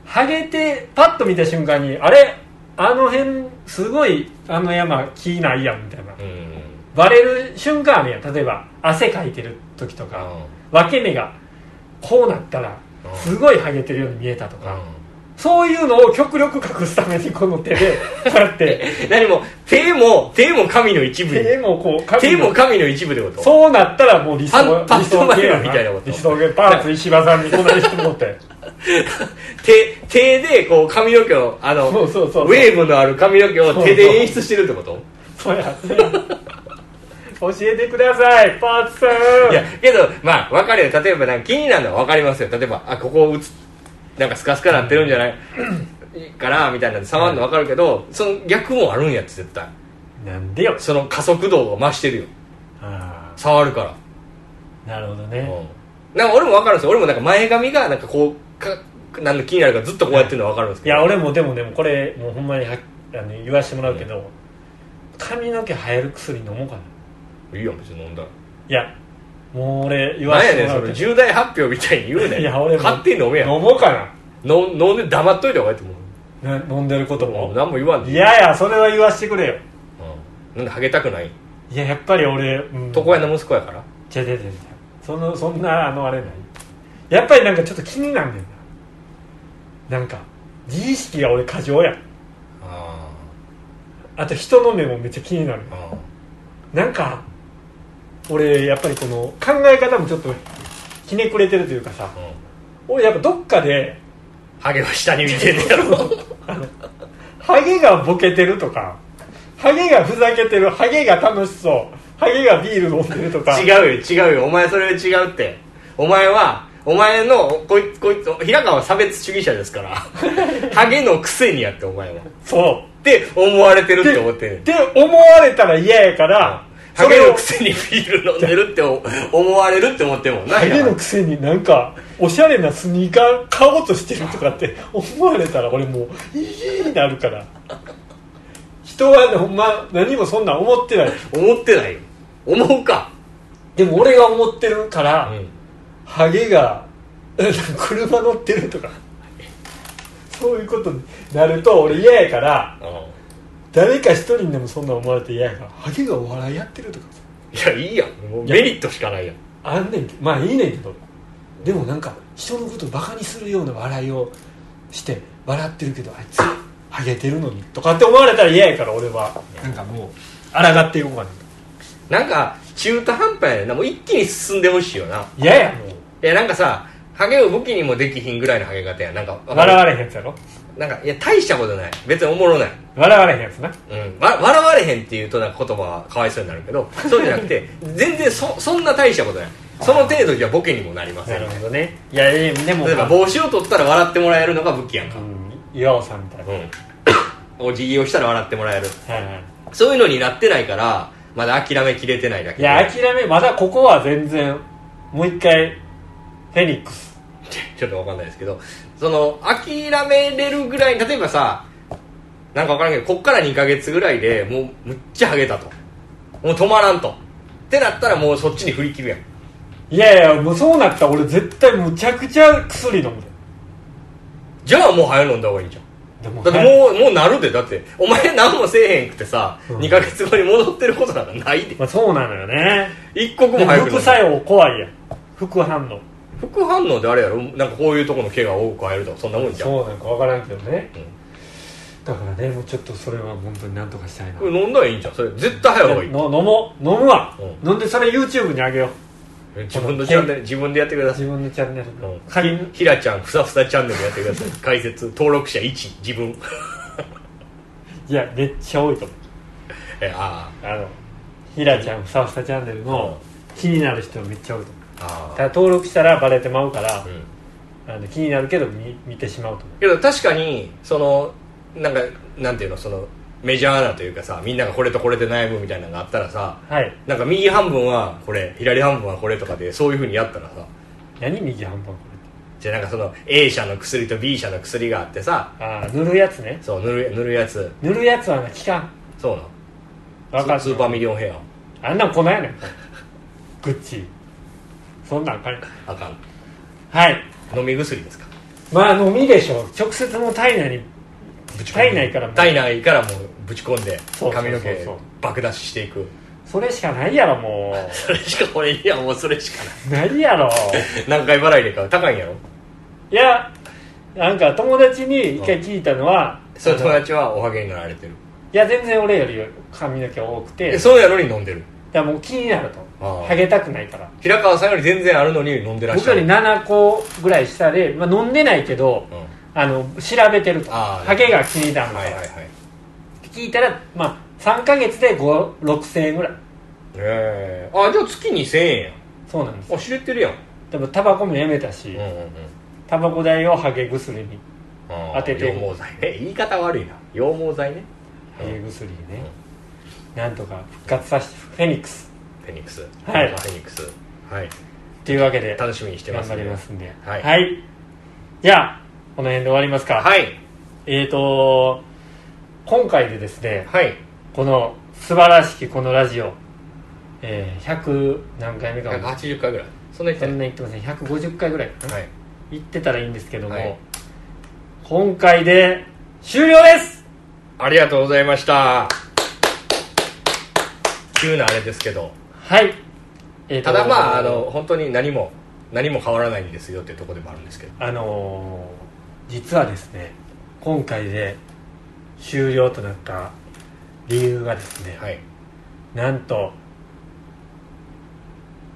A: ハゲてパッと見た瞬間にあれあの辺すごいあの山木ないやんみたいな、
B: うん
A: バレる瞬間あるやん例えば汗かいてる時とか、分け目がこうなったら
B: うん
A: すごいハゲてるように見えたと
B: う
A: か、
B: ん
A: そういうのを極力隠すためにこの手 でこうやって
B: 何も手も手も神の一部に
A: 手もこう
B: 手も神の一部ってこと
A: そうなったらもう理想
B: パン
A: 理想
B: パントマ
A: 系
B: イム
A: や
B: みたいなこと
A: 理想系パーツ石破さんにこんなにしてもらって
B: 手手でこう髪の毛をあの
A: そうそうそう
B: ウェーブのある髪の毛
A: そうそ
B: を
A: う
B: 手で演出してるってこと
A: そうやそうや教えてくださいパーツさん
B: いやけどまあ分かるよ例えばなんか気になるのは分かりますよ例えばあここ打つなんかスカスカなってるんじゃないかなみたいなんで触るの分かるけど、その逆もあるんやって絶対
A: なんでよ
B: その加速度が増してるよ
A: あ
B: 触るから
A: あなるほどね
B: なんか俺も分かるんですよ俺もなんか前髪がなんかこうかなんか気になるからずっとこうやってるのは分かるんです
A: い
B: けど
A: や俺もでもでもこれもうほんまにはあの言わしてもらうけど、髪の毛生える薬飲もうかない
B: いやん別に飲んだら
A: いやもう俺言わ
B: 何
A: し
B: や
A: て
B: ねん
A: もら
B: そう
A: け
B: の
A: ど
B: 重大発表みたいに言うねん
A: いや俺も
B: 勝手に飲めや
A: 飲もうか
B: の飲んで黙っといた方がいいと思
A: なな飲んでること
B: うもう
A: も
B: 何も言わんで
A: いやいやそれは言わしてくれよ
B: うん、なんでハゲたくない
A: いややっぱり俺、うん、
B: 床屋の息子やから
A: じゃじゃじゃそのそんなあのあれないやっぱりなんかちょっと気になんねんななんか自意識が俺過剰やん
B: あ
A: あと人の目もめっちゃ気になる
B: あ
A: なんか俺やっぱりこの考え方もちょっとひねくれてるというかさ
B: うん
A: 俺やっぱどっかで
B: ハゲを下に見てんねやろ
A: ハゲがボケてるとかハゲがふざけてるハゲが楽しそうハゲがビール飲んでるとか
B: 違うよ違うよお前それは違うってお前はお前のこいつこいつ平川は差別主義者ですから ハゲのくせにやってお前はっ
A: そう
B: て思われてるって思ってんねん
A: って思われたら嫌やから、
B: ハゲ
A: それ
B: の
A: を
B: くせにビール飲んでるってお思われるって思ってんもんな
A: ハゲの
B: い
A: くせになんかおしゃれなスニーカー買おうとしてるとかって 思われたら俺もういいになるから人はねほんま何もそんなん思ってない
B: や思ってないよ思うか、
A: でも俺が思ってるから、
B: うん
A: ハゲがえ車乗ってるとかそういうことになると俺嫌やから誰か一人でもそんなん思われて嫌やからハゲがお笑いやってるとか
B: いやいいやんもうメリットしかないやん
A: あんねんけまあいいねんけどでもなんか人のことをバカにするような笑いをして笑ってるけどあいつハゲてるのにとかって思われたら嫌やから俺はなんかもう抗っていこうかな
B: なんか中途半端やねんなもう一気に進んでほしいよな
A: 嫌やもう
B: いやなんかさハゲを武器にもできひんぐらいのハゲ方やんなんかわかる
A: 笑われへんやつやろ
B: なんかいや大したことない別におもろない、
A: 笑われへんやつな
B: うん、わ笑われへんっていうとなんか言葉はかわいそうになるけどそうじゃなくて 全然そそんな大したことないその程度じゃボケにもなりません例
A: どねいやでも
B: えば帽子を取ったら笑ってもらえるのが武器やんか、
A: うん岩尾さんみたいな、
B: うん、お辞儀をしたら笑ってもらえる
A: はいはい
B: そういうのになってないからまだ諦めきれてないだけ
A: い
B: で
A: や諦めまだここは全然もう一回フェニックス
B: ちょっとわかんないですけどその諦めれるぐらい例えばさなんかわからんけどこっから2ヶ月ぐらいでもうむっちゃハゲたともう止まらんとってなったらもうそっちに振り切るやん
A: いやいやもうそうなったら俺絶対むちゃくちゃ薬飲むで
B: じゃあもう早飲んだ方がいいじゃん
A: でも
B: だってもうもうなるでだってお前何もせえへんくてさ、
A: うん
B: 2ヶ月後に戻ってることなんかないで
A: まあ、そうなのよね
B: 一刻も
A: でも
B: 早く
A: 副作用怖いやん副反応
B: 副反応であれやろなんかこういうとこの怪我を多く入るとかそんなもんじゃん
A: そうなんか分からんけどね、
B: うん
A: だからねもうちょっとそれは本当になんとかしたいな、
B: これ飲んだらいいんじゃんそれ絶対早い方がいい
A: の飲もう飲むわ、
B: う
A: 飲んでそれ YouTube にあげよう
B: 自分のチャンネル自分でやってください
A: 自分のチャンネル
B: うん
A: の仮に
B: ひひらちゃんふさふさチャンネルやってください解説登録者1自分
A: いやめっちゃ多いと思う
B: えあ
A: あのひらちゃんふさふさチャンネルの気になる人めっちゃ多いと思う
B: ああ
A: ただ
B: あ
A: 登録したらバレてまうから
B: う、ん
A: あの気になるけど見見てしまうと思
B: けど確かにそのなんかなんていうのそのメジャーなというかさみんながこれとこれで悩むみたいなのがあったらさ
A: うはい
B: なんか右半分はこれ左半分はこれとかでそういうふうにやったらさ
A: 何右半分こ
B: じゃあなんかその A 社の薬と B 社の薬があってさ
A: れああ塗るやつね
B: そう塗る塗るやつ
A: 塗るやつはな効かん
B: そうなの
A: わかる
B: スーパーミリオンヘア
A: あんなんこないねんグッチそんなんあかん
B: あかん
A: はい
B: 飲み薬ですか
A: まあ飲みでしょ直接もう体内に
B: ぶち込んで
A: 体内からもう
B: 体内からもうぶち込んで
A: そうそうそうそう
B: 髪の毛爆出ししていく
A: それしかないやろも
B: それしか俺にはもうそれしかな いう
A: ないやろ
B: 何回払いで買う高いんやろ
A: いやなんか友達に一回聞いたのは、
B: その
A: あの
B: 友達はおはげになられてる
A: いや全然俺より髪の毛多くて
B: えそうやのに飲んでる
A: だからもう気になると
B: ああ
A: ハゲたくないから
B: 平川さんより全然あるのに飲んでらっし
A: 僕
B: ゃ
A: より
B: る
A: 7個ぐらい下で、まあ、飲んでないけど
B: うん、
A: あの調べてると
B: ああ
A: ハゲが気に入らんの
B: はいはいはい
A: って聞いたら、まあ、3か月で5 6000円ぐらい
B: ええあじゃあ月2000円
A: そうなんです
B: やんあ知れてるやん
A: でもタバコもやめたし、
B: うんうんうん
A: タバコ代をハゲ薬に
B: あー
A: 当てて
B: 羊毛剤え言い方悪いな羊毛剤ね
A: ハゲ薬にね、なんとか復活させてフェニックス
B: フェニックス
A: はい
B: フェニックスはい
A: っていうわけで
B: 楽しみにしてま
A: 頑
B: す
A: 張りますんで
B: はい
A: じゃあこの辺で終わりますか、
B: はい
A: えーと今回でですね
B: はい
A: この素晴らしきこのラジオ、えー、100何回目かも
B: 180回ぐらいそんな言っ
A: そ
B: て
A: ん
B: な
A: な言ってません150回ぐらいかな、
B: いはい
A: 言ってたらいいんですけども、
B: はい
A: 今回で終了です
B: ありがとうございました急なあれですけど
A: はい、えーと
B: ただまああの本当に何も何も変わらないんですよっていうところでもあるんですけど
A: あのー実はですね今回で終了となった理由がですね、
B: はい
A: なんと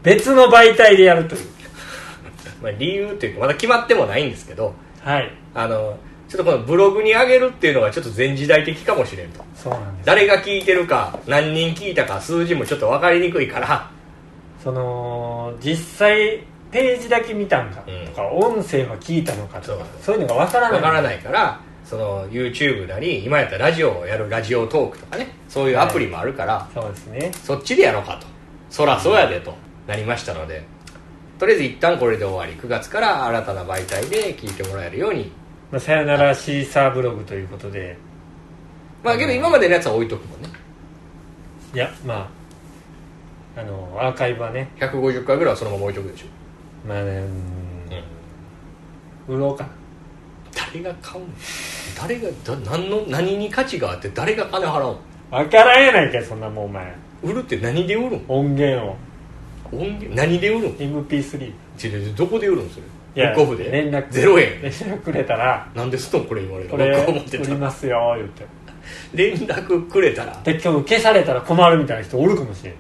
A: 別の媒体でやるという
B: まあ、理由というかまだ決まってもないんですけど
A: はい
B: あのちょっとこのブログに上げるっていうのがちょっと前時代的かもしれんと
A: そうなんです
B: 誰が聞いてるか何人聞いたか数字もちょっと分かりにくいから
A: その実際ページだけ見たんか
B: うん
A: とか、音声は聞いたのかとか
B: そ
A: そういうのがわからない
B: 分から
A: い
B: ないからその YouTube なり今やったらラジオをやるラジオトークとかねそういうアプリもあるから、
A: そうですね
B: そっちでやろうかとそらそうやでとなりましたのでとりあえず一旦これで終わり9月から新たな媒体で聞いてもらえるように
A: まあ、さよならシーサーブログということで
B: まあけど今までのやつは置いとくもんね
A: いやまああのアーカイブはね
B: 150回ぐらいはそのまま置いとくでしょ
A: まあねうん売ろうか
B: 誰が買うの誰がだ何の何に価値があって誰が金払うの
A: な分からんやないかいそんなもんお前
B: 売るって何で売るん
A: 音源を
B: 音源何で売るん
A: MP3
B: ちょちょどこで売るんそれ
A: いや
B: ブックオフで
A: 連絡
B: 0円
A: 連絡くれたら
B: なんですとんこれ言われる
A: これ
B: 僕は思って
A: 売
B: た
A: りますよ言って
B: 連絡くれたらあ
A: で今日消されたら困るみたいな人おるかもしれん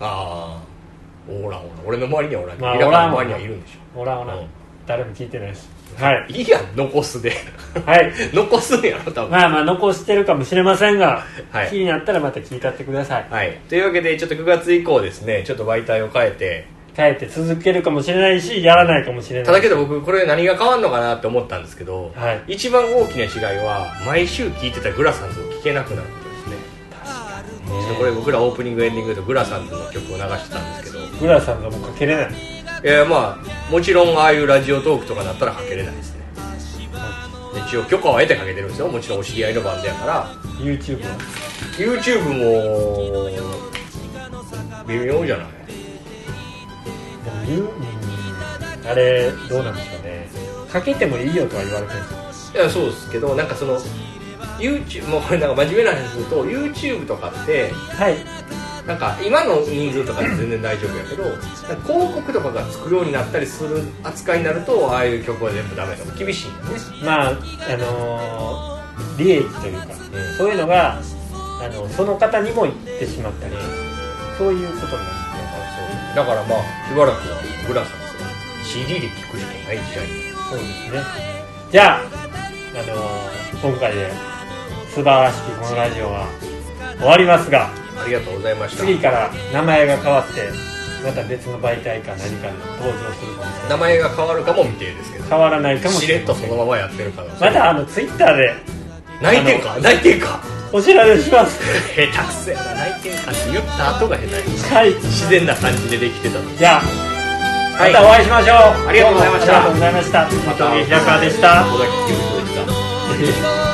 B: あーおらんおらん俺の周りにはおらんけど
A: まあ
B: 平川の
A: おらんわ
B: 周りにはいるんでしょ
A: おらんおらん、
B: うん
A: 誰も聞いてないしはい
B: いいやん残すで
A: はい
B: 残すんやろ多分
A: まあまあ残してるかもしれませんが、
B: はい
A: 気になったらまた聞いたってください
B: はいというわけでちょっと9月以降ですねちょっと媒体を変えて
A: 帰って続けるかもしれないしやらないかもしれない
B: ただけど僕これ何が変わんのかなって思ったんですけど、
A: はい
B: 一番大きな違いは毎週聞いてたグラサンズを聞けなくなることですねちょっとこれ僕らオープニングエンディングでグラサンズの曲を流してたんですけど
A: グラさんがもうかけれない
B: えー、まあもちろんああいうラジオトークとかだったらかけれないですね一応許可を得てかけてるんですよもちろんお知り合いのバンドやから
A: YouTube は
B: YouTube も微妙じゃない
A: でも言ううんあれどうなんでしょうねかけてもいいよとは言われてるんですよ
B: いやそうですけどなんかその YouTube もうこれなんか真面目な話すると YouTube とかって
A: はい
B: なんか今の人数とかで全然大丈夫やけどなんか広告とかがつくようになったりする扱いになるとああいう曲は全部ダメとか厳しいんだね
A: まああのー利益というか、そういうのがあのその方にも行ってしまったりそういうことになるんですよ
B: そうそうだからまあしばらくはブラさんですよ CD で聴くしかない時代
A: そうですねじゃあ、あの今回で素晴らしきこのラジオは終わりますが
B: ありがとうございました
A: 次から名前が変わってまた別の媒体か何かに登場するかもしれな
B: 名
A: い
B: 前が変わるかも未定ですけど
A: 変わらないかも
B: し
A: しれ
B: れっ
A: な
B: と
A: い
B: そのままやってるから
A: またあのツイッターで
B: 泣いてんか泣いてんか
A: お知らせします
B: 下手くそやな泣いてんかって言った後が下手や
A: はい
B: 自然な感じでできてたの
A: じゃあま
B: はい
A: たお会いしましょう、
B: ありがとうございました
A: どもありがとうございました
B: また
A: 平川でした
B: 小崎清人でした
C: 「君を